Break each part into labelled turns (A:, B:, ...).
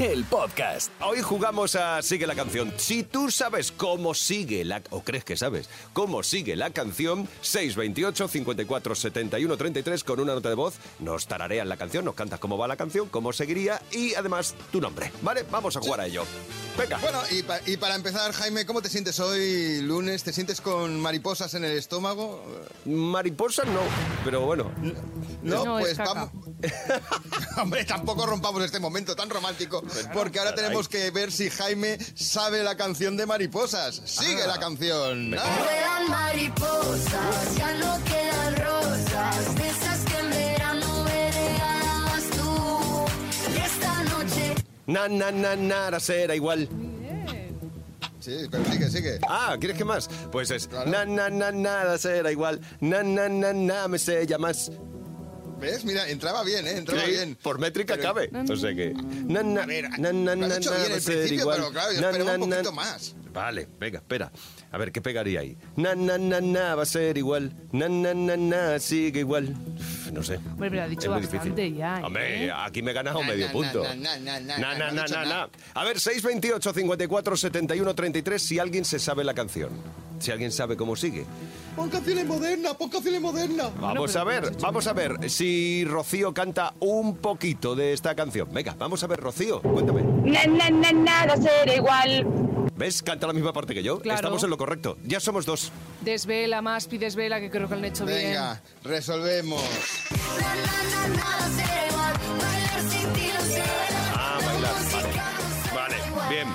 A: el podcast.
B: Hoy jugamos a Sigue la canción. Si tú sabes cómo sigue la o crees que sabes cómo sigue la canción, 628 54 71 33 con una nota de voz, nos tararean la canción, nos cantas cómo va la canción, cómo seguiría y además tu nombre, ¿vale? Vamos a jugar a ello. Venga.
C: Bueno, y, pa- y para empezar, Jaime, ¿cómo te sientes hoy lunes? ¿Te sientes con mariposas en el estómago?
B: Mariposa no, pero bueno.
C: No,
D: No, es
C: pues
D: caca.
C: vamos. Hombre, tampoco rompamos este momento tan romántico, porque ahora
B: caray.
C: tenemos que ver si Jaime sabe la canción de mariposas.
B: Ah.
C: Sigue la canción. Ah,
E: Vuelan mariposas, ya no quedan rosas, de esas que en verano me regalabas tú. Y esta noche
B: Na, na, na, na, ahora será igual.
C: Sí, pero sigue, sigue.
B: Ah, ¿quieres que más? Pues es
C: Claro.
B: na, na, na, na, ahora será igual. Na, na, na, na, me se llamas.
C: ¿Ves? Mira, entraba bien, ¿eh? Entraba
B: Sí,
C: bien.
B: Por métrica cabe. O sea que. Na, na, na, na,
C: Lo
B: na,
C: has hecho
B: na,
C: bien
B: va a
C: al
B: ser
C: principio,
B: igual.
C: pero claro, yo
B: Na,
C: esperaba un
B: na, na.
C: poquito más.
B: Vale, venga, espera. A ver, ¿qué pegaría ahí? Na, na, na, na, va a ser igual. Na, na, na, na, sigue igual. Uf, No sé.
D: Hombre, pero ha dicho
B: Es muy
D: bastante
B: difícil.
D: ya, ¿eh?
B: Hombre, aquí me he ganado
C: Na,
B: medio
C: na,
B: punto.
C: na, na, na, na,
B: na,
C: no
B: na,
C: he
B: na,
C: dicho
B: na,
C: nada.
B: na. A ver, 628 54 71 33 si alguien se sabe la canción. Si alguien sabe cómo sigue.
C: Pon canciones modernas, pon canciones modernas.
B: Vamos a ver, vamos a ver si Rocío canta un poquito de esta canción. Venga, vamos a ver, Rocío, cuéntame.
F: Na, na, na, nada será igual.
B: ¿Ves? Canta la misma parte que yo.
D: Claro.
B: Estamos en lo correcto. Ya somos dos.
D: Desvela, Maspi, desvela, que creo que lo han hecho
C: Venga, resolvemos.
E: na na na nada será igual, bailar sin ti lo sé.
B: Ah, bailar. Vale, bien.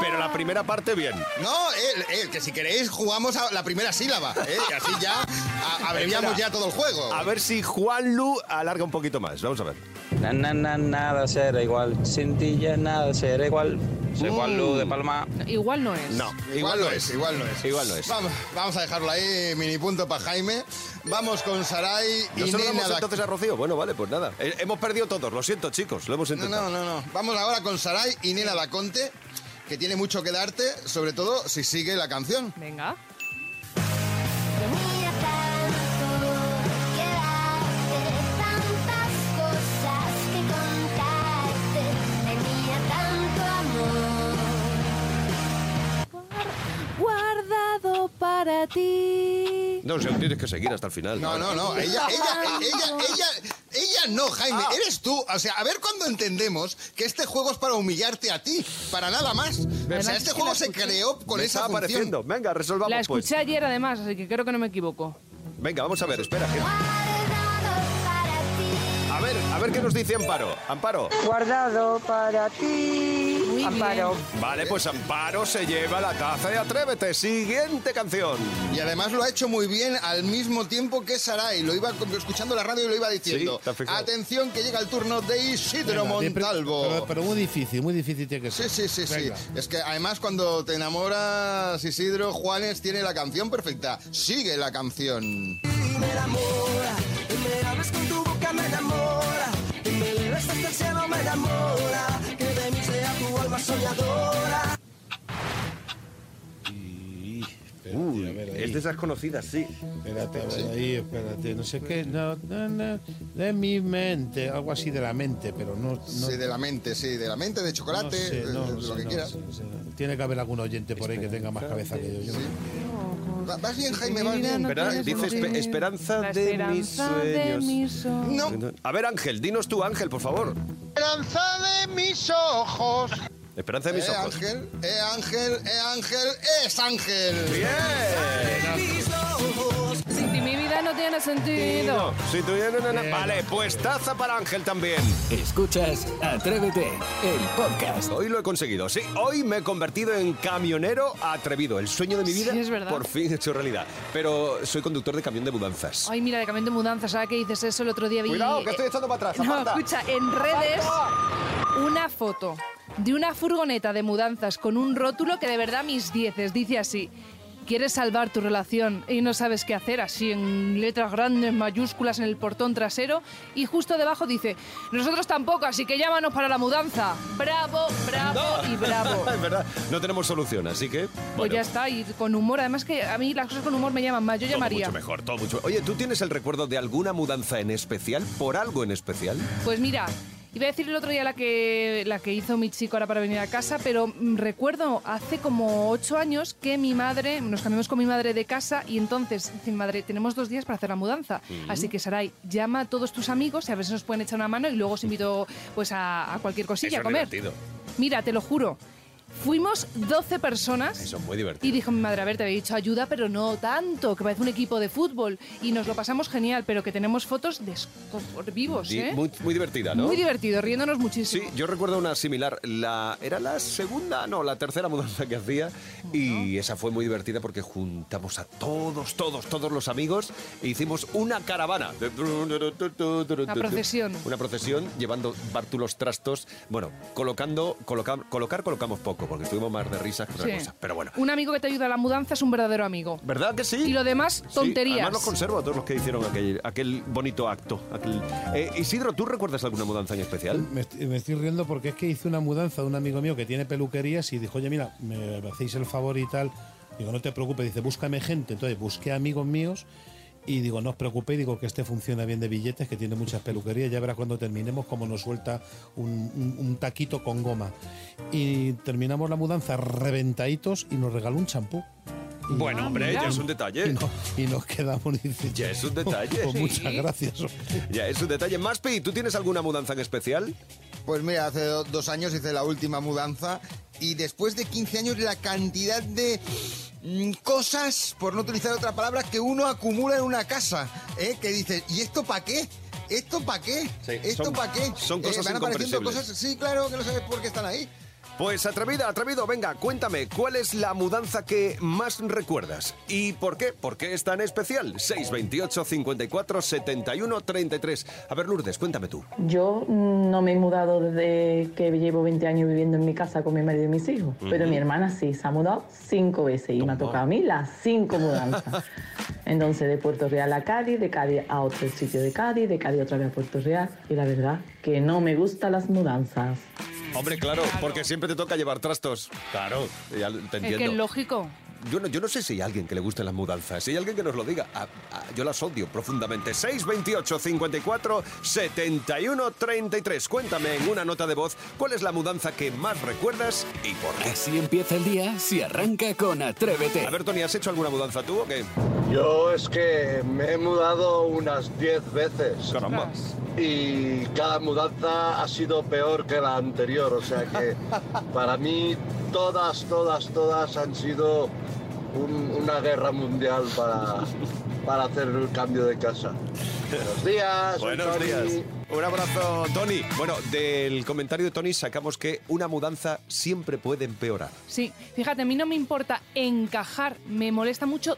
B: Pero la primera parte, bien.
C: No, eh, eh, que si queréis jugamos a la primera sílaba, ¿eh? Y así ya a- abreviamos
B: Espera.
C: ya todo el juego.
B: A ver si Juanlu alarga un poquito más. Vamos a ver.
G: Na, na, na, nada será igual. Sin ti ya nada será igual. Soy Juan Luz
B: Mm.
G: de Palma.
D: bien. Igual no es.
B: No,
C: Igual no es, igual no es.
B: Igual no es.
C: Vamos, vamos a dejarlo ahí, mini punto para Jaime. Vamos con Sarai y
B: ¿No se lo
C: Nina
B: damos
C: da-
B: entonces a Rocío? Bueno, vale, pues nada. Eh, Hemos perdido todos, lo siento, chicos. Lo hemos
C: No,
B: intentado.
C: no, no, no. Vamos ahora con Sarai y Nina Daconte, que tiene mucho que darte, sobre todo si sigue la canción.
D: Venga.
E: Tenía tanto que darte, tantas cosas que contarte, tenía tanto amor.
D: Guardado para ti.
B: No, si tienes que seguir hasta el final.
C: No, no, no. Ella,
D: Ah.
C: ella, ella, ella, ella no, Jaime. Eres tú. O sea, a ver cuándo entendemos que este juego es para humillarte a ti, para nada más. O
D: Además,
C: sea,
D: es que
C: este juego
D: la
C: se
D: escuché.
C: creó con
B: Me
C: esa
B: está
C: función.
B: apareciendo. Venga, resolvamos
D: La escuché
B: pues.
D: ayer, además, así que creo que no me equivoco.
B: Venga, vamos a ver, espera. que-
E: Guardado para ti,
B: A ver, a ver qué nos dice Amparo. Amparo.
H: Guardado para ti.
D: Muy
H: Amparo.
D: bien.
B: Vale, pues Amparo se lleva la taza de Atrévete. Siguiente canción.
C: Y además lo ha hecho muy bien al mismo tiempo que Sarai. Lo iba con- escuchando la radio y lo iba diciendo.
B: Sí, te has fijado.
C: Atención que llega el turno de Isidro
I: Venga, de pri- Pero,
C: Montalvo.
I: pero muy difícil, muy difícil tiene que
C: Sí,
I: ser.
C: sí, sí, sí.
I: Venga.
C: Es que además cuando te enamoras, Isidro, Juanes tiene la canción perfecta. Sigue la canción.
I: Uy,
B: Es de esas conocidas, sí.
I: Espérate, a ver, ahí, espérate. No sé qué. No, no, no, de mi mente. Algo así de la mente, pero no. no
C: Sí, de la mente, sí, de la mente, de
I: no
C: chocolate,
I: sé,
C: de-
I: no,
C: de
I: no sé,
C: lo que
I: no
C: quieras.
I: sé, no sé. Tiene que haber algún oyente por ahí que tenga más cabeza que yo. yo no tengo.
C: Va- Vas bien, Jaime, vas
D: Mira,
C: bien.
D: no
B: Espera,
D: tienes
B: dice
D: sentido.
B: espe- esperanza
D: La
B: de mis
D: esperanza de
B: sueños.
D: mis sueños.
C: No.
B: A ver, Ángel, dinos tú, Ángel, por favor.
C: Esperanza de mis ojos.
B: Esperanza de mis
C: Eh,
B: ojos.
C: Ángel, eh, Ángel, eh, Ángel, es Ángel.
B: ¡Bien!
D: Sin ti mi vida no tiene sentido.
B: Si tuvieran una- Vale, pues taza para Ángel también.
A: Escuchas Atrévete, el podcast.
B: Hoy lo he conseguido. Sí, hoy me he convertido en camionero atrevido. El sueño de mi vida
D: Sí, es verdad.
B: por fin hecho realidad. Pero soy conductor de camión de mudanzas.
D: Ay, mira, de camión de mudanzas, ahora que dices eso el otro día vi... eh,
B: Cuidado, que estoy echando para atrás.
D: No,
B: aparta.
D: escucha, en redes una foto de una furgoneta de mudanzas con un rótulo que de verdad mis dieces dice así. Quieres salvar tu relación y no sabes qué hacer, así en letras grandes, mayúsculas, en el portón trasero. Y justo debajo dice, nosotros tampoco, así que llámanos para la mudanza. Bravo, bravo Ah, y bravo.
B: es verdad, no tenemos solución, así que.
D: Pues
B: bueno,
D: ya está, y con humor. Además que a mí las cosas con humor me llaman más. Yo
B: todo
D: llamaría.
B: mucho mejor, todo mucho mejor. Oye, ¿tú tienes el recuerdo de alguna mudanza en especial? ¿Por algo en especial?
D: Pues mira, iba a decir el otro día la que, la que hizo mi chico ahora para venir a casa, pero mm, recuerdo hace como ocho años que mi madre, nos cambiamos con mi madre de casa y entonces, dice mi madre, tenemos dos días para hacer la mudanza. Así que Saray, llama a todos tus amigos y a ver si nos pueden echar una mano y luego os invito pues a, a cualquier cosilla
B: Eso
D: a
B: es
D: comer.
B: divertido.
D: Mira, te lo juro. Fuimos 12 personas.
B: Eso es muy divertido.
D: Y dijo mi madre, a ver, te había dicho ayuda, pero no tanto, que parece un equipo de fútbol. Y nos lo pasamos genial, pero que tenemos fotos de escozor vivos,
B: Di-
D: ¿eh?
B: muy, muy divertida, ¿no?
D: Muy divertido, riéndonos
B: Sí,
D: muchísimo.
B: yo recuerdo una similar. La, era la segunda, no, la tercera mudanza que hacía. Y esa fue muy divertida porque juntamos a todos, todos, todos los amigos e hicimos una caravana. Una
D: procesión.
B: Una procesión llevando bártulos trastos. Bueno, colocando, coloca- colocar, colocamos poco porque estuvimos más de risas que otra
D: Sí.
B: cosa. Pero bueno.
D: Un amigo que te ayuda a la mudanza es un verdadero amigo.
B: ¿Verdad que sí?
D: Y lo demás,
B: Sí,
D: tonterías.
B: además los conservo a todos los que hicieron aquel, aquel bonito acto. aquel- Eh, Isidro, ¿tú recuerdas alguna mudanza en especial?
I: Me, est- me estoy riendo porque es que hice una mudanza de un amigo mío que tiene peluquerías y dijo, oye, mira, me, me hacéis el favor y tal. Digo, no te preocupes, dice, búscame gente. Entonces busqué amigos míos y digo, no os preocupéis, digo que este funciona bien de billetes, que tiene muchas peluquerías, ya verás cuando terminemos como nos suelta un, un- un taquito con goma. Y terminamos la mudanza reventaditos y nos regaló un champú. Y-
B: Bueno, hombre,
D: mira.
B: ya es un
I: Y,
B: detalle.
I: no- y nos quedamos y dice,
B: Ya es un detalle.
I: Pues
B: Sí.
I: muchas gracias.
B: Ya, es un detalle. Maspi, ¿tú tienes alguna mudanza en especial?
C: Pues mira, hace do- dos años hice la última mudanza y después de 15 años la cantidad de mm, cosas, por no utilizar otra palabra, que uno acumula en una casa, ¿eh? que dices, ¿y esto para qué? ¿Esto para qué?
B: Sí,
C: ¿Esto
B: son-
C: para qué? Eh,
B: son cosas
C: van apareciendo
B: incomprensibles.
C: cosas, sí, claro, que no sabes por qué están ahí.
B: Pues atrevida, atrevido, venga, cuéntame, ¿cuál es la mudanza que más recuerdas? ¿Y por qué? ¿Por qué es tan especial? 628 54 71 33. A ver, Lourdes, cuéntame tú.
J: Yo no me he mudado desde que llevo 20 años viviendo en mi casa con mi marido y mis hijos, pero mi hermana sí, se ha mudado cinco veces y me ha tocado a mí las cinco mudanzas. Entonces de Puerto Real a Cádiz, de Cádiz a otro sitio de Cádiz, de Cádiz otra vez a Puerto Real y la verdad que no me gustan las mudanzas.
B: Hombre, claro, porque siempre te toca llevar trastos. Claro, ya lo- te
D: Es que es
B: entiendo.
D: lógico.
B: Yo no, yo no sé si hay alguien que le gusten las mudanzas, si hay alguien que nos lo diga. Ah, ah, yo las odio profundamente. 628 54 71 33. Cuéntame en una nota de voz cuál es la mudanza que más recuerdas y por qué.
A: Así empieza el día si arranca con Atrévete.
B: A ver, Tony, ¿has hecho alguna mudanza tú o qué?
K: Yo es que Eh, me he mudado unas 10 veces
B: Caramba.
K: y cada mudanza ha sido peor que la anterior, o sea que para mí todas, todas, todas han sido un- una guerra mundial para, para hacer el cambio de casa. Buenos días. soy
B: Buenos
K: Tony.
B: días. Un abrazo, Tony. Bueno, del comentario de Tony sacamos que una mudanza siempre puede empeorar.
D: Sí, fíjate, a mí no me importa encajar, me molesta mucho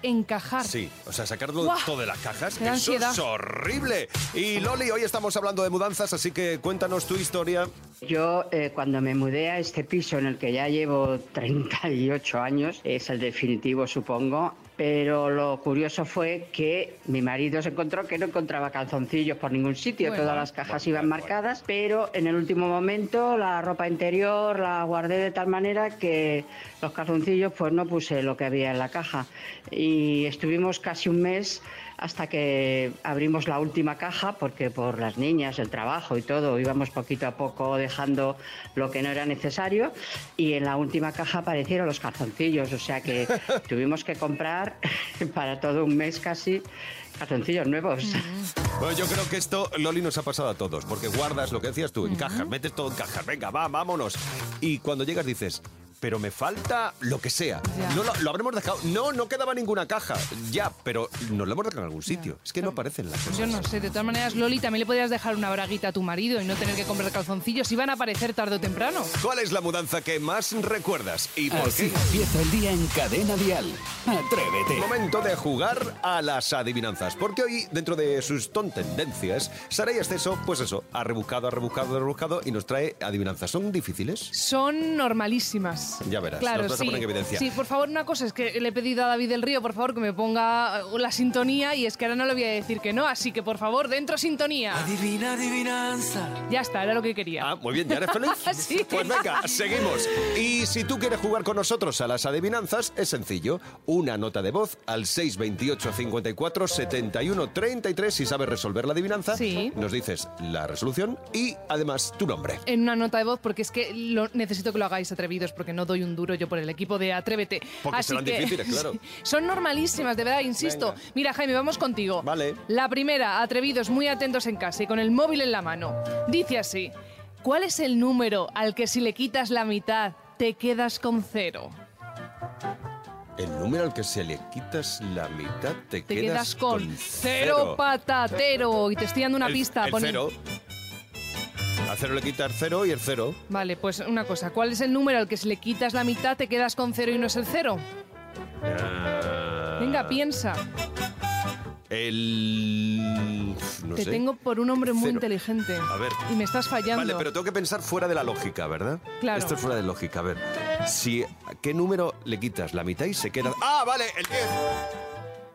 D: desencajar.
B: Sí, o sea, sacarlo
D: Guau,
B: todo de las cajas,
D: me da
B: eso es
D: ansiedad.
B: horrible. Y Loli, hoy estamos hablando de mudanzas, así que cuéntanos tu historia.
L: Yo eh, cuando me mudé a este piso en el que ya llevo 38 años, es el definitivo supongo, pero lo curioso fue que mi marido se encontró que no encontraba calzoncillos por ningún sitio,
M: Bueno.
L: todas las cajas iban marcadas, pero en el último momento la ropa interior la guardé de tal manera que los calzoncillos pues no puse lo que había en la caja y estuvimos casi un mes hasta que abrimos la última caja porque por las niñas, el trabajo y todo, íbamos poquito a poco dejando lo que no era necesario y en la última caja aparecieron los calzoncillos, o sea que tuvimos que comprar para todo un mes casi calzoncillos nuevos.
B: Bueno, Pues yo creo que esto, Loli, nos ha pasado a todos, porque guardas lo que decías tú, en cajas, metes todo en cajas, venga, va, vámonos. Y cuando llegas dices, pero me falta lo que sea. No lo, lo habremos dejado. No, no quedaba ninguna caja. Ya, pero nos lo hemos dejado en algún sitio. Es que no aparecen las cosas.
D: Yo no sé, de todas maneras, Loli, también le podías dejar una braguita a tu marido y no tener que comprar calzoncillos, iban a aparecer tarde o temprano.
B: ¿Cuál es la mudanza que más recuerdas y por
A: Así
B: qué?
A: empieza el día en Cadena Dial. Atrévete.
B: Momento de jugar a las adivinanzas, porque hoy, dentro de sus tontendencias, Saray Exceso, pues eso, ha rebuscado, ha rebuscado, ha rebuscado y nos trae adivinanzas. ¿Son difíciles?
D: Son normalísimas. más.
B: Ya verás,
D: Claro,
B: nos vas a
D: sí.
B: poner en evidencia.
D: Sí, por favor, una cosa es que le he pedido a David del Río, por favor, que me ponga eh, la sintonía y es que ahora no le voy a decir que no, así que por favor, dentro sintonía.
M: Adivina, adivinanza.
D: Ya está, era lo que quería.
B: Ah, Muy bien, ¿ya eres feliz?
D: Sí.
B: Pues venga, seguimos. Y si tú quieres jugar con nosotros a las adivinanzas, es sencillo. Una nota de voz al 628 54 71 33. Si sabes resolver la adivinanza,
D: Sí.
B: nos dices la resolución y además tu nombre.
D: en una nota de voz porque es que lo- necesito que lo hagáis atrevidos porque no doy un duro yo por el equipo de Atrévete.
B: Porque
D: Así
B: serán
D: que-
B: difíciles, claro.
D: Son normalísimas, de verdad, insisto.
B: Venga.
D: Mira, Jaime, vamos contigo.
B: Vale.
D: La primera, atrevidos, muy atentos en casa y con el móvil en la mano. Dice así, ¿cuál es el número al que si le quitas la mitad te quedas con cero?
B: El número al que se le quitas la mitad te,
D: Te quedas, con, cero, patatero. Y te estoy dando una
B: El-
D: pista.
B: el
D: pone-
B: cero. A cero le quitas cero y el cero.
D: Vale, pues una cosa. ¿Cuál es el número al que si le quitas la mitad te quedas con cero y no es el cero?
B: Ah.
D: Venga, piensa.
B: El. No
D: Te
B: sé.
D: tengo por un hombre muy
B: Cero.
D: inteligente.
B: A ver.
D: Y me estás fallando.
B: Vale, pero tengo que pensar fuera de la lógica, ¿verdad?
D: Claro.
B: Esto es fuera de lógica. A ver, si, ¿qué número le quitas? La mitad y se queda... ¡Ah, vale! El 10.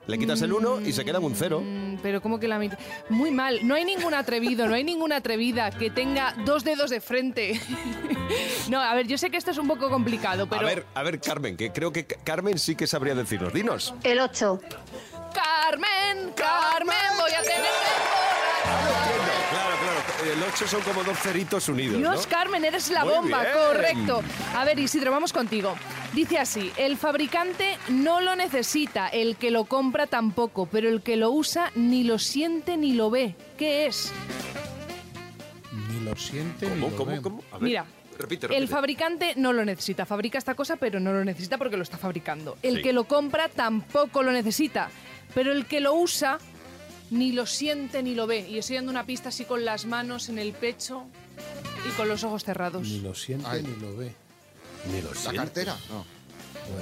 B: Le quitas el 1 y se queda un 0.
D: Mm, Pero como que la mitad... Muy mal. No hay ningún atrevido, no hay ninguna atrevida que tenga dos dedos de frente. no, a ver, yo sé que esto es un poco complicado,
B: A
D: pero...
B: ver, a ver, Carmen, que creo que C- Carmen sí que sabría decirnos. Dinos.
D: El 8. Carmen, Carmen, voy a tener...
B: Claro, claro. El 8 son como dos ceritos unidos, ¿no?
D: Dios, Carmen, eres la
B: Muy
D: bomba,
B: bien.
D: correcto. A ver, Isidro, vamos contigo. Dice así, el fabricante no lo necesita, el que lo compra tampoco, pero el que lo usa ni lo siente ni lo ve. ¿Qué es?
I: Ni lo siente ni
B: ¿Cómo,
I: lo
B: cómo,
I: ven.
B: cómo? A ver,
D: Mira,
B: Repite, repite.
D: el fabricante no lo necesita, fabrica esta cosa, pero no lo necesita porque lo está fabricando. El
B: Sí.
D: que lo compra tampoco lo necesita, pero el que lo usa ni lo siente ni lo ve. Y estoy dando una pista así con las manos en el pecho y con los ojos cerrados.
I: Ni lo siente ni lo ve.
B: Ni lo siente.
C: cartera? No.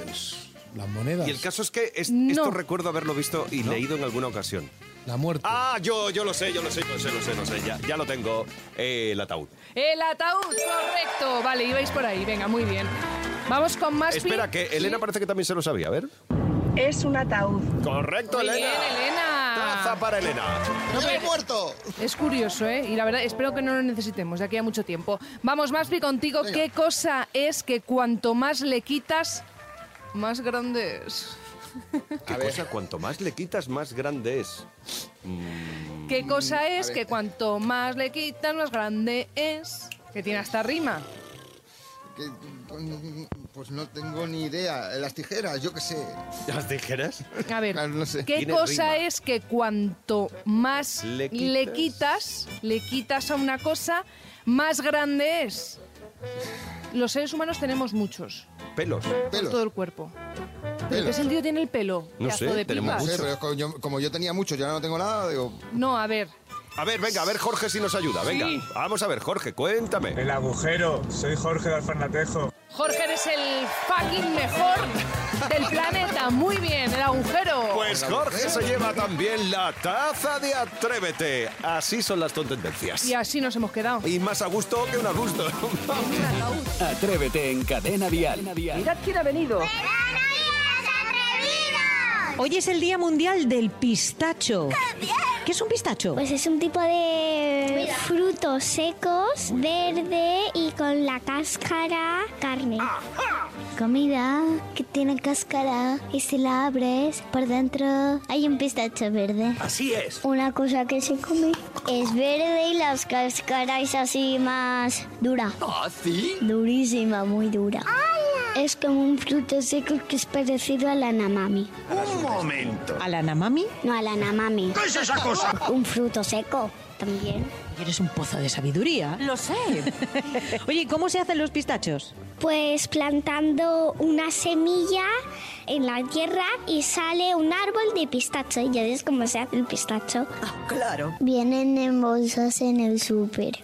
I: Pues las monedas.
B: Y el caso es que es-
I: No.
B: esto recuerdo haberlo visto y leído en alguna ocasión.
I: La muerte.
B: Ah, yo, yo lo sé, yo lo sé, yo lo sé, lo sé, lo sé. Ya, ya lo tengo. Eh, el ataúd.
D: El ataúd, correcto. Vale, ibais por ahí. Venga, muy bien. Vamos con más.
B: Espera, que eh, Elena parece que también se lo sabía. A ver.
D: Es un ataúd.
B: Correcto,
D: Muy
B: Elena.
D: bien, Elena.
B: Taza para Elena.
D: No me muerto. Es curioso, ¿eh? Y la verdad, espero que no lo necesitemos de aquí a mucho tiempo. Vamos, Maspi, contigo. ¿Qué cosa es que cuanto más le quitas, más grande es?
B: ¿Qué cosa? Cuanto más le quitas, más grande es. Mm,
D: ¿Qué cosa es
B: a ver.
D: que cuanto más le quitas, más grande es? Que tiene hasta rima.
C: Que, mm, pues no tengo ni idea. Las tijeras, yo qué sé.
B: ¿Las tijeras?
D: A ver,
C: no sé.
D: ¿Qué cosa es que cuanto más
C: Le
D: le quitas? le quitas, a una cosa, más grande es? Los seres humanos tenemos muchos.
B: Pelos.
D: Por todo el cuerpo. ¿Pero qué
C: Pelos.
D: sentido tiene el pelo? Pedazo de pipas.
C: No sé, pero como yo, como yo tenía mucho, yo ahora no tengo nada, digo...
D: No, a ver.
B: A ver, venga, a ver, Jorge, si nos ayuda. Venga,
D: Sí.
B: vamos a ver, Jorge, cuéntame. El agujero. Soy Jorge de Alfarnatejo.
D: Jorge, eres el fucking mejor del planeta. Muy bien, el agujero.
B: Pues Jorge se lleva también la taza de Atrévete. Así son las tontendencias.
D: Y así nos hemos quedado.
B: Y más a gusto que un a gusto.
A: Atrévete en Cadena Dial.
N: Mirad quién ha venido. Hoy es el Día Mundial del Pistacho. ¿Qué es un pistacho?
O: Pues es un tipo de frutos secos, verde y con la cáscara carne. Comida que tiene cáscara y si la abres por dentro hay un pistacho verde.
P: Así es.
O: Una cosa que se come es verde y las cáscaras así más dura.
P: ¿Ah, sí?
O: Durísima, muy dura. Es como un fruto seco que es parecido a la namami.
P: Un momento.
O: ¿A la namami? No, a la namami.
P: ¿Qué es esa cosa?
O: Un fruto seco también.
N: Eres un pozo de sabiduría. Lo sé. Oye, ¿y ¿cómo se hacen los pistachos?
O: Pues plantando una semilla en la tierra y sale un árbol de pistacho. Ya ves cómo se hace el pistacho.
N: Ah, claro.
O: Vienen en bolsas en el súper.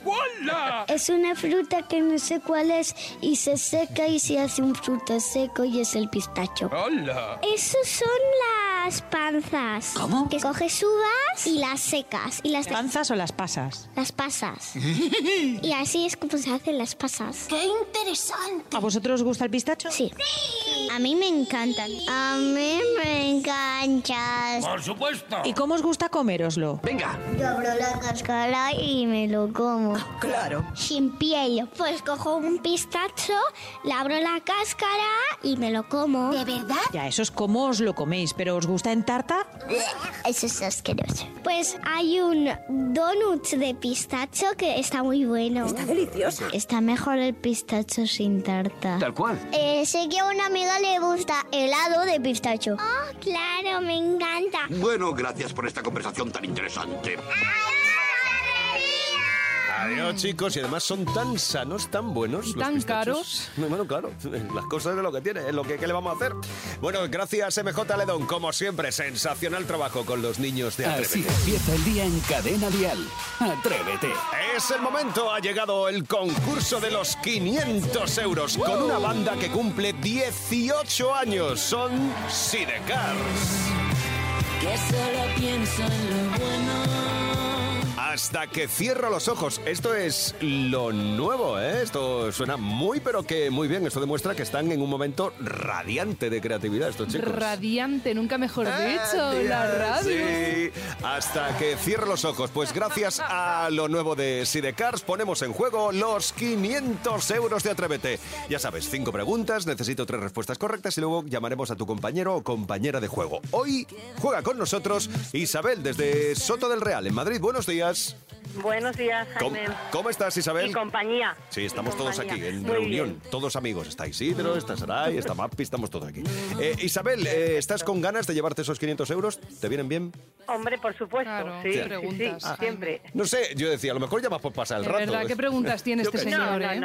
O: Es una fruta que no sé cuál es y se seca y se hace un fruto seco y es el pistacho.
P: ¡Hola!
O: Esos son las panzas. ¿Cómo? Que coges uvas y las secas. Y las
N: ¿Panzas o las pasas?
O: Las pasas. y así es como se hacen las pasas. ¡Qué interesante!
N: ¿A vosotros os gusta el pistacho?
O: Sí. A mí me encantan. A mí me encantan.
N: supuesto. ¿Y cómo os gusta coméroslo? Venga.
O: Yo abro la cáscara y me lo como.
N: Claro.
O: Sin piel. Pues cojo un pistacho, le abro la cáscara y me lo como. ¿De verdad?
N: Ya, eso es cómo os lo coméis, pero ¿os gusta en tarta?
O: Eso es asqueroso. Pues hay un donut de pistacho que está muy bueno. Está delicioso. Está mejor el pistacho sin tarta. Eh,
Q: Tal cual.
O: sé que a una amiga le gusta helado de pistacho. Oh, claro, me encanta.
P: Bueno, gracias por esta conversación tan interesante.
B: Adiós, chicos. Y además son tan sanos, tan buenos.
D: Y
B: los
D: tan
B: pistachos. Bueno, claro. Las cosas es lo que tiene, es lo que ¿qué le vamos a hacer. Bueno, gracias, MJ Ledón. Como siempre, sensacional trabajo con los niños de Atrévete.
A: Así empieza el día en Cadena Dial. Atrévete.
B: Es el momento, ha llegado el concurso de los 500 euros con una banda que cumple 18 años. Son Sidecars.
E: Que solo pienso en lo bueno.
B: Hasta que cierro los ojos. Esto es lo nuevo, ¿eh? Esto suena muy, pero que muy bien. Esto demuestra que están en un momento radiante de creatividad estos chicos.
D: Radiante, nunca mejor dicho, la radio.
B: Sí. Hasta que cierre los ojos. Pues gracias a lo nuevo de Sidecars ponemos en juego los 500 euros de Atrévete. Ya sabes, cinco preguntas, necesito tres respuestas correctas y luego llamaremos a tu compañero o compañera de juego. Hoy juega con nosotros Isabel desde Soto del Real, en Madrid. Buenos días.
R: Buenos días,
B: ¿Cómo,
R: Jaime.
B: cómo estás, Isabel?
R: Y compañía.
B: Sí, estamos
R: Y
B: todos
R: compañía.
B: aquí, en
R: Muy
B: reunión,
R: bien.
B: todos amigos. Está Isidro, está Saray, está Mapi, estamos todos aquí. Eh, Isabel, eh, ¿estás con ganas de llevarte esos 500 euros? ¿Te vienen bien?
R: Hombre, por supuesto. sí,
B: Sí.
R: sí, sí,
B: Ah.
R: siempre.
B: No sé, yo decía, a lo mejor ya vas por pasar el
D: De
B: rato.
D: verdad, ¿qué preguntas tiene
B: Yo
D: este
B: qué sé.
D: señor? eh?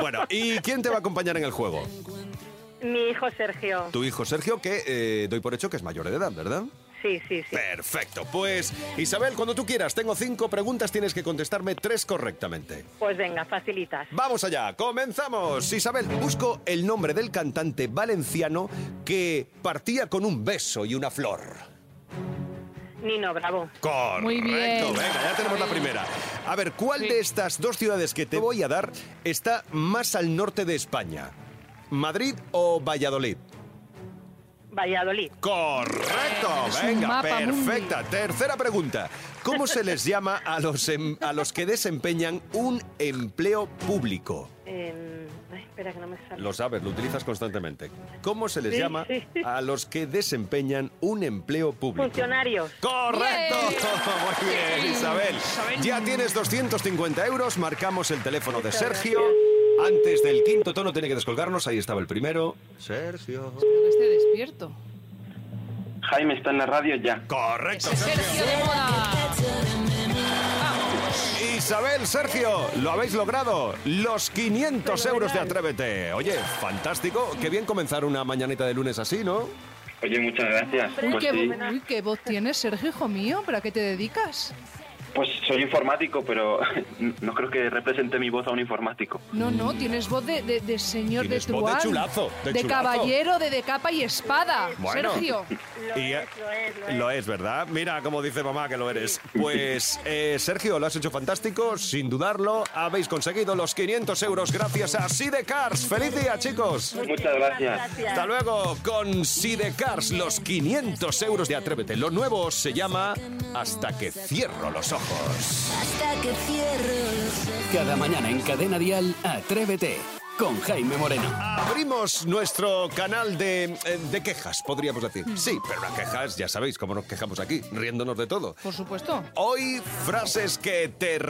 B: Bueno, ¿y quién te va a acompañar en el juego?
R: Mi hijo Sergio.
B: Tu hijo Sergio, que eh, doy por hecho que es mayor de edad, ¿verdad?
R: Sí, sí, sí.
B: Perfecto. Pues, Isabel, cuando tú quieras, tengo cinco preguntas, tienes que contestarme tres correctamente.
R: Pues venga, facilitas.
B: Vamos allá, comenzamos. Isabel, busco el nombre del cantante valenciano que partía con un beso y una flor.
R: Nino, bravo.
B: Correcto.
R: Muy bien.
B: Venga, ya tenemos la primera. A ver, ¿cuál
R: Sí.
B: de estas dos ciudades que te voy a dar está más al norte de España? ¿Madrid o Valladolid?
R: Valladolid.
B: Correcto,
R: Es un
B: venga,
R: mapa mundi.
B: perfecta. Tercera pregunta. ¿Cómo se les llama a los, em- a los que desempeñan un empleo público?
R: Eh, ay, espera que no me sale.
B: Lo sabes, lo utilizas constantemente. ¿Cómo se les
R: Sí,
B: llama
R: sí.
B: a los que desempeñan un empleo público?
R: Funcionarios.
B: ¡Correcto! Muy bien, Isabel. Ya tienes 250 euros, marcamos el teléfono de Sergio. Antes del quinto tono tiene que descolgarnos, ahí estaba el primero. Sergio.
D: Que esté despierto.
S: Jaime está en la radio ya.
B: Correcto.
D: Sergio de moda. Ah,
B: Isabel, Sergio, lo habéis logrado. Los 500 euros de Atrévete. Oye, fantástico. Qué bien comenzar una mañanita de lunes así, ¿no?
S: Oye, muchas gracias.
D: Uy,
S: Pues
D: qué,
S: sí,
D: vo- uy, qué voz tienes, Sergio, hijo mío. ¿Pero a qué te dedicas?
S: pues soy informático, pero no creo que represente mi voz a un informático.
D: No, no,
B: Mm.
D: tienes voz de, de- de señor de
S: Tienes voz de
D: truán.
S: chulazo, de chulazo.
D: caballero, de, de capa y espada.
B: Bueno.
D: Sergio.
B: Y, eh, Lo es, ¿verdad? Mira como dice mamá que lo eres. Pues, eh, Sergio, lo has hecho fantástico, sin dudarlo. Habéis conseguido los 500 euros gracias a Sidecars. ¡Feliz día, chicos!
S: Muchas gracias.
B: Hasta luego con Sidecars, los 500 euros de Atrévete. Lo nuevo se llama Hasta que cierro los ojos.
E: Hasta que cierro los ojos.
A: Cada mañana en Cadena Dial, Atrévete con Jaime Moreno.
B: Abrimos nuestro canal de, eh, de quejas, podríamos decir. Sí, pero las quejas, ya sabéis cómo nos quejamos aquí, riéndonos de todo.
D: Por supuesto.
B: Hoy frases que te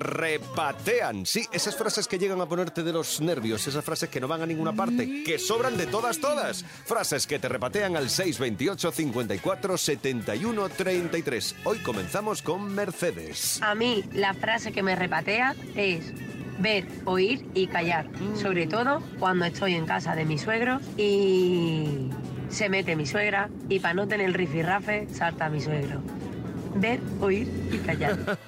B: repatean. Sí, esas frases que llegan a ponerte de los nervios, esas frases que no van a ninguna parte, que sobran de todas, todas. Frases que te repatean al 628 54 71 33. Hoy comenzamos con Mercedes.
T: A mí la frase que me repatea es ver, oír y callar. Sobre todo cuando estoy en casa de mi suegro y se mete mi suegra y para no tener el rifirrafe salta mi suegro. Ver, oír y callar.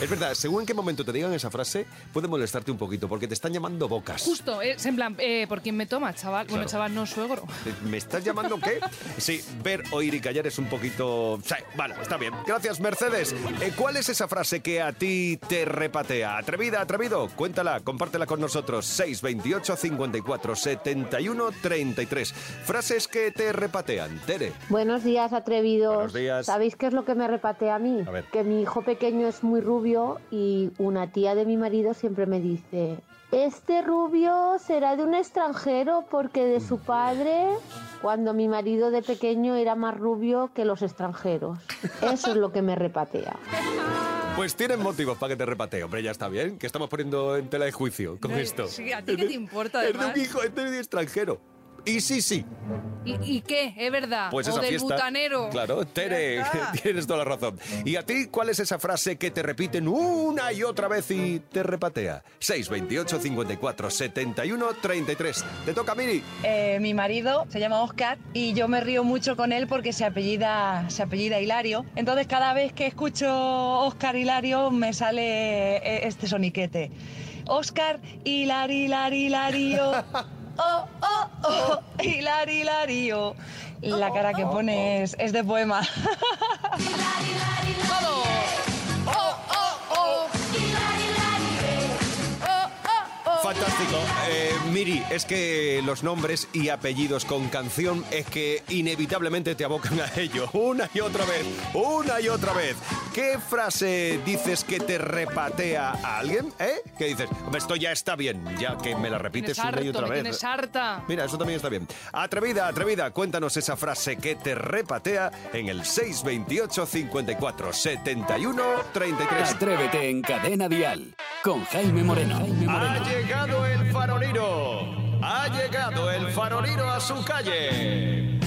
B: Es verdad, según en qué momento te digan esa frase, puede molestarte un poquito, porque te están llamando bocas.
D: Justo, es en plan, eh, ¿por quién me toma, chaval? Bueno,
B: Claro.
D: chaval, no, suegro.
B: ¿Me estás llamando qué? Sí, ver, oír y callar es un poquito... Sí, vale, está bien. Gracias, Mercedes. Eh, ¿Cuál es esa frase que a ti te repatea? Atrevida, atrevido. Cuéntala, compártela con nosotros. 628 54 71 33. Frases que te repatean. Tere.
Q: Buenos días, atrevidos.
B: Buenos días.
Q: ¿Sabéis qué es lo que me repatea a mí?
B: A ver.
Q: Que mi hijo pequeño es muy rubio y una tía de mi marido siempre me dice, este rubio será de un extranjero porque de su padre, cuando mi marido de pequeño era más rubio que los extranjeros. Eso es lo que me repatea.
B: Pues tienen motivos para que te repatee. Hombre, ya está bien, que estamos poniendo en tela de juicio con esto.
D: Sí, ¿a ti qué te importa,
B: Es de un
D: además?
B: hijo, es de un extranjero. Y sí, sí.
D: ¿Y, y qué? ¿Es verdad?
B: Pues
D: Ah, o
B: esa
D: del
B: fiesta.
D: butanero.
B: Claro, Tere, tienes toda la razón. ¿Y a ti cuál es esa frase que te repiten una y otra vez y te repatea? 628 54 71 33. Te toca, Miri.
U: Eh, mi marido se llama Oscar y yo me río mucho con él porque se apellida, se apellida Hilario. Entonces cada vez que escucho Oscar Hilario me sale eh, este soniquete. Oscar Hilar Hilar Hilario. Oh, oh, oh, Hilar Hilario. La cara que pone es, es de poema.
B: Fantástico. Eh, Miri, es que los nombres y apellidos con canción es que inevitablemente te abocan a ello. Una y otra vez, una y otra vez. ¿Qué frase dices que te repatea a alguien? ¿Eh? ¿Qué dices? Hombre, esto ya está bien, ya que me la repites
D: Tienes
B: una y
D: harto,
B: otra
D: me
B: vez. eh.
D: tienes harta.
B: Mira, eso también está bien. Atrevida, atrevida, cuéntanos esa frase que te repatea en el 628 54 71 33.
A: Atrévete en Cadena Dial con Jaime Moreno.
B: Ha llegado el farolino. Ha llegado el farolino a su calle.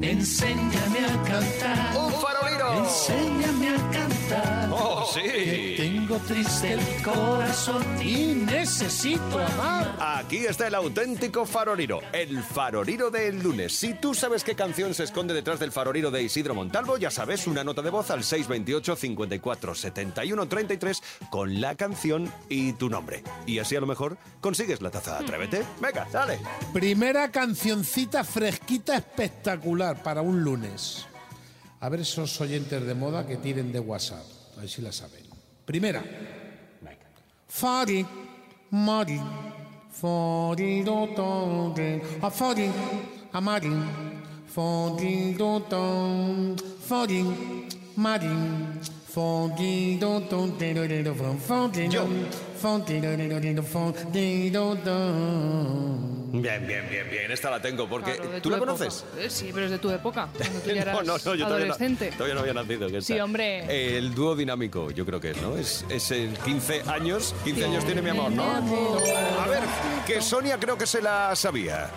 V: Enséñame a cantar.
B: Un farolino.
V: Enséñame a cantar.
B: Oh, sí.
V: Que tengo triste el corazón y necesito amar.
B: Aquí está el auténtico farolino, el farolino del lunes. Si tú sabes qué canción se esconde detrás del farolino de Isidro Montalvo, ya sabes, una nota de voz al 628 54 71 33 con la canción y tu nombre. Y así a lo mejor consigues la taza. Atrévete. Venga, dale.
M: Primera cancioncita fresquita espectacular para un lunes. A ver esos oyentes de moda que tiren de WhatsApp. A ver si la saben. Primera. Fari, Mari, Fari, Dotore, a Fari, a Mari, Fari, Dotore, Fari, Mari, Fari, Dotore, Dorero, Fari, Fari, Dorero, Fari, Dotore.
B: Bien, bien, bien, bien. Esta la tengo porque.
D: Claro, de tu
B: ¿Tú la
D: época.
B: conoces?
D: Eh, sí, pero es de tu época. Cuando tú ya eras
B: no, no, no, yo todavía no-
D: adolescente.
B: Todavía no había nacido. que
D: Sí,
B: está.
D: hombre.
B: El dúo dinámico, yo creo que es, ¿no? Es, es el 15 años. 15 años tiene mi amor, ¿no? A ver, que Sonia creo que se la sabía.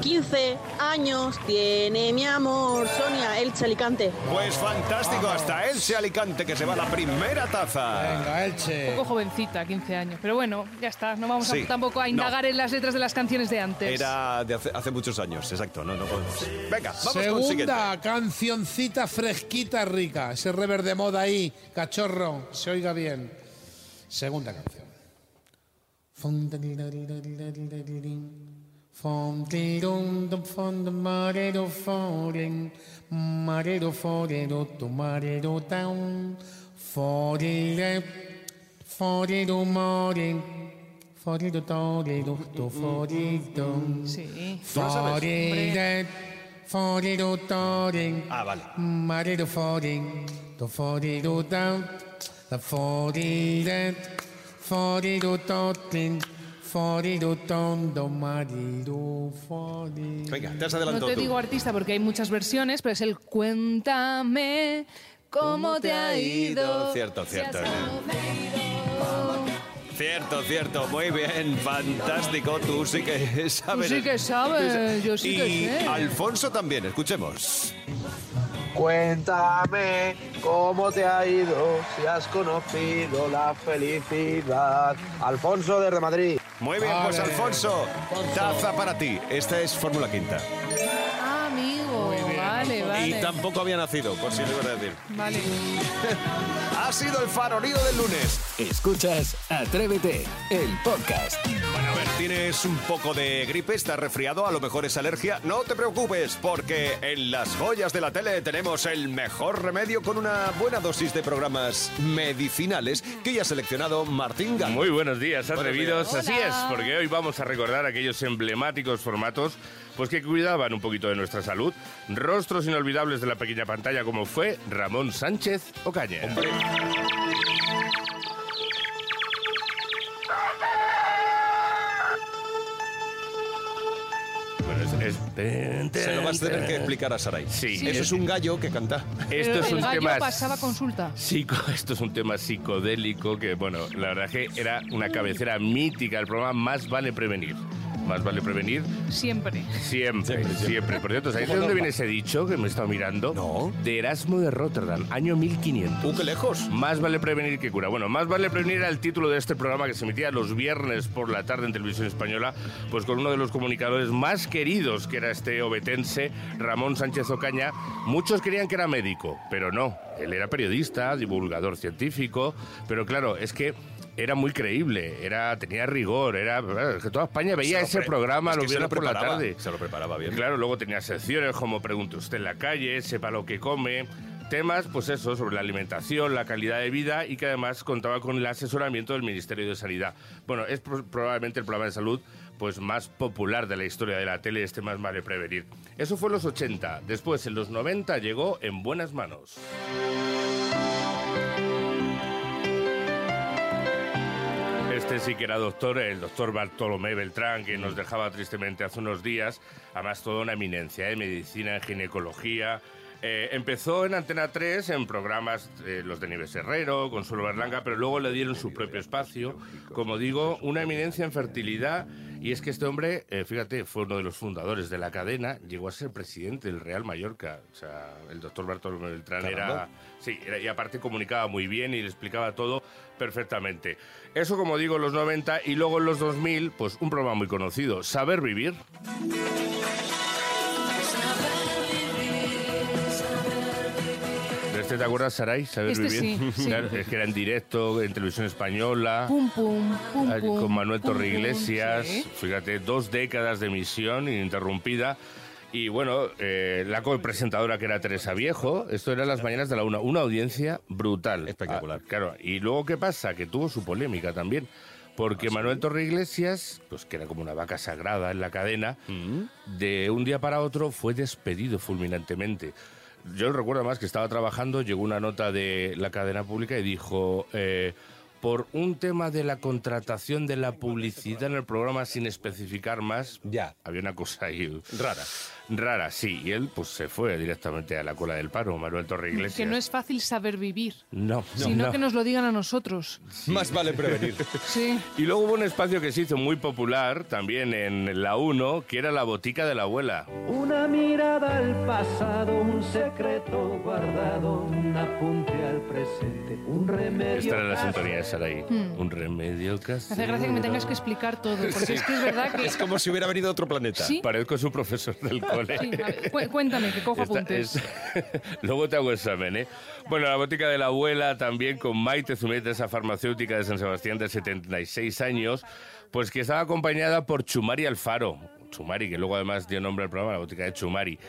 J: 15 años tiene mi amor, Sonia Elche Alicante.
B: Pues fantástico, hasta Elche Alicante que se va la primera taza. Venga,
D: Un
B: Elche.
D: poco jovencita, 15 años. Pero bueno, ya está. No vamos
B: Sí.
D: a, tampoco a
B: No.
D: indagar en las letras de las canciones de antes.
B: Era de hace, hace muchos años, exacto. No, no podemos. Venga, vamos con el siguiente.
M: Segunda cancioncita fresquita rica. Ese rever de moda ahí, cachorro, se oiga bien. Segunda canción. Fondirundum, fondum, marero, foren, marero, forero, tu marero, taun, forere, forero, moren, forero, torero, tu forero.
D: Sí.
M: ¿Tú lo sabes? Forere, forero, toren.
B: Ah, vale.
M: Marero, foren. Tu forero, down. La forere, forero, toten. Forero, tondo, marero, forero.
B: Venga, te has
D: No
B: adelantado
D: te
B: tú.
D: digo artista porque hay muchas versiones, pero es el cuéntame cómo te ha ido.
B: Cierto,
D: Si has
B: cierto. Cierto, cierto, muy bien, fantástico, tú sí que sabes.
D: sí que sabes, yo sí que
B: Y
D: sé.
B: Alfonso también, escuchemos.
E: Cuéntame cómo te ha ido, si has conocido la felicidad. Alfonso desde Madrid.
B: Muy bien, pues Alfonso, taza para ti. Esta es Fórmula Quinta.
D: Ah, Amigo, vale,
B: Y
D: Vale.
B: tampoco había nacido, por si lo iba a decir.
D: Vale.
B: Ha sido el farolío del lunes.
A: Escuchas Atrévete, el podcast.
B: Bueno, a ver, tienes un poco de gripe, estás resfriado, a lo mejor es alergia. No te preocupes, porque en las joyas de la tele tenemos el mejor remedio con una buena dosis de programas medicinales que ya ha seleccionado Martín Gama.
F: Muy buenos días,
B: Buenos
F: atrevidos.
B: días.
F: Así es, porque hoy vamos a recordar aquellos emblemáticos formatos pues que cuidaban un poquito de nuestra salud, rostros inolvidables de la pequeña pantalla como fue Ramón Sánchez Ocaña. Bueno, es- es-
B: Se lo vas a tener que explicar a Saray.
F: Sí.
B: Eso es un gallo que canta.
F: Esto
D: Pero
F: es
D: el
F: un
D: gallo
F: tema
D: pasaba consulta.
F: Psico, esto es un tema psicodélico que, bueno, la verdad que era una cabecera mítica del programa Más vale prevenir. Más vale prevenir
D: Siempre.
F: siempre, siempre. Por cierto, ¿sabéis de
D: Como Norma.
F: dónde viene ese dicho que me he estado mirando? No. De Erasmo de Rotterdam, año 1500. ¡Uh, qué lejos! Más vale prevenir que cura. Bueno, Más vale prevenir era el título de este programa que se emitía los viernes por la tarde en televisión española, pues con uno de los comunicadores más queridos, que era este obetense, Ramón Sánchez Ocaña. Muchos creían que era médico, pero no. Él era periodista, divulgador científico, pero claro, es que era muy creíble, era tenía rigor, era es que toda España veía
B: Se lo
F: ese
B: pre-
F: programa
B: es que
F: los
B: se lo
F: viernes por la
B: preparaba,
F: tarde.
B: Se lo preparaba bien.
F: Claro, luego tenía secciones como pregunte usted en la calle, sepa lo que come, temas, pues eso, sobre la alimentación, la calidad de vida y que además contaba con el asesoramiento del Ministerio de Sanidad. Bueno, es pro- probablemente el programa de salud pues más popular de la historia de la tele, este más vale prevenir. Eso fue en los 80, después en los 90 llegó en buenas manos. Este sí que era doctor, el doctor Bartolomé Beltrán, que nos dejaba tristemente hace unos días, además toda una eminencia en medicina, en ginecología. Eh, empezó en Antena 3 en programas eh, los de Nieves Herrero, Consuelo Berlanga, pero luego le dieron su propio espacio. Como digo, una eminencia en fertilidad. Y es que este hombre, eh, fíjate, fue uno de los fundadores de la cadena, llegó a ser presidente del Real Mallorca. O sea, el doctor Bartolomé Beltrán era,
B: Caramba.
F: Sí, era- y aparte comunicaba muy bien y le explicaba todo perfectamente. Eso, como digo, en los 90 y luego en los 2000, pues un programa muy conocido, Saber Vivir. ¿De este te acuerdas, Saray? Saber
D: Este
F: Vivir.
D: sí, sí.
F: Claro, es que era en directo, en televisión
M: Ah.
F: españla.
D: Pum, pum, pum,
F: Ay,
D: pum.
F: con Manuel
D: pum, ¿eh? pum,
F: Torreiglesias.
D: sí.
F: Fíjate, dos décadas de emisión ininterrumpida. Y bueno, eh, la copresentadora que era Teresa Viejo, esto era las mañanas de la una. Una audiencia brutal. Espectacular. claro, y luego, ¿qué pasa? Que tuvo su polémica también. Porque Manuel Torreiglesias, pues que era como una vaca sagrada en la cadena, de un día para otro fue despedido fulminantemente. Yo recuerdo más que estaba trabajando, llegó una nota de la cadena pública y dijo, eh, por un tema de la contratación de la publicidad en el programa sin especificar más, ya. había una cosa ahí rara. Rara, sí. Y él pues se fue directamente a la cola del paro, Manuel Torreiglesias.
D: Que no es fácil saber vivir,
F: No,
D: sino que nos lo digan a nosotros.
F: Más vale prevenir.
D: Sí.
F: Y luego hubo un espacio que se hizo muy popular también en la 1, que era la botica de la abuela.
M: Una mirada al pasado, un secreto guardado, un apunte al presente, un remedio.
F: Esta era la sintonía de Saray.
D: Mm.
F: Un remedio casi.
D: Me hace gracia que me tengas que explicar todo, porque es que es verdad que...
F: Es como si hubiera venido de otro planeta.
D: Sí.
F: Parezco su profesor del cole.
D: Sí, a ver, cu- cuéntame, que cojo
F: Esta
D: apuntes.
F: es- Luego te hago examen, ¿eh? Bueno, la botica de la abuela también con Maite Zumeta, esa farmacéutica de San Sebastián de 76 años, pues que estaba acompañada por Chumari Alfaro. Chumari, que luego además dio nombre al programa, la botica de Chumari.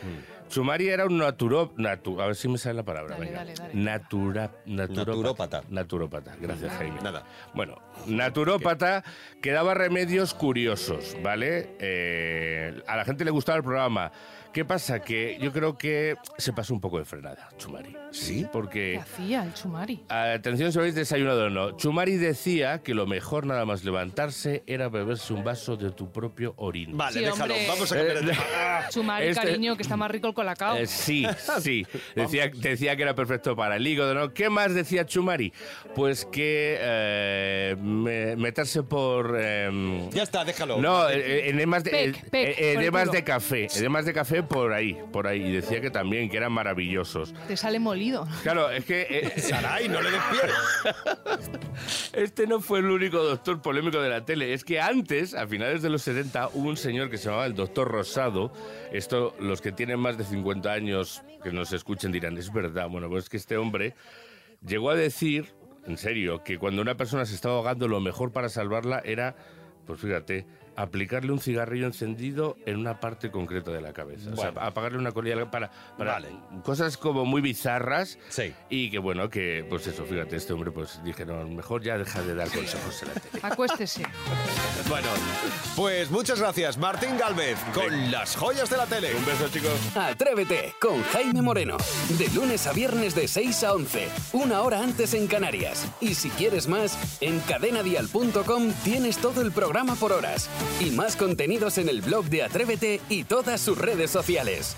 F: Chumari era un naturo... natu- a ver si me sale la palabra. venga. Natura- naturópata. Naturópata. Gracias, Jaime. Nada. Bueno, naturópata que daba remedios curiosos, ¿vale? Eh, a la gente le gustaba el programa. ¿Qué pasa? Que yo creo que se pasó un poco de frenada, Chumari. ¿Sí?
D: ¿Qué
F: Porque...
D: hacía el Chumari?
F: Atención si habéis desayunado o no. Chumari decía que lo mejor nada más levantarse era beberse un vaso de tu propio orín. Eh,
D: Vale, Sí, déjalo, hombre. vamos a cambiar de Chumari,
F: Este-
D: cariño, que está más rico el colacao.
F: eh, sí, sí. Decía, decía que era perfecto para el hígado, ¿no? ¿Qué más decía Chumari? Pues que eh, me- meterse por... ya está, déjalo. No, eh, eh, enemas de,
B: Pec,
F: eh,
B: pec,
F: eh,
B: por el
F: enemas
B: culo.
F: de café. Enemas de café por ahí, por ahí. Y decía que también, que eran maravillosos.
D: Te sale molido.
F: Claro, es que... eh,
B: Saray, no le des
F: Este no fue el único doctor polémico de la tele. Es que antes, a finales de los 70, hubo un señor que se llamaba el doctor Rosado. Esto, los que tienen más de 50 años que nos escuchen dirán, es verdad, bueno, pues es que este hombre llegó a decir, en serio, que cuando una persona se estaba ahogando lo mejor para salvarla era, pues fíjate, aplicarle un cigarrillo encendido en una parte concreta de la cabeza. O
B: Bueno.
F: sea, apagarle una colilla para... para Cosas como muy bizarras.
B: Sí.
F: Y que bueno, que pues eso, fíjate, este hombre pues dije, no, mejor ya deja de dar consejos en la tele.
D: Acuéstese.
B: Bueno, pues muchas gracias, Martín Galvez, con las joyas de la tele. Un
F: beso, chicos.
A: Atrévete con Jaime Moreno. De lunes a viernes de 6 a 11. Una hora antes en Canarias. Y si quieres más, en cadenadial.com tienes todo el programa por horas. Y más contenidos en el blog de Atrévete y todas sus redes sociales.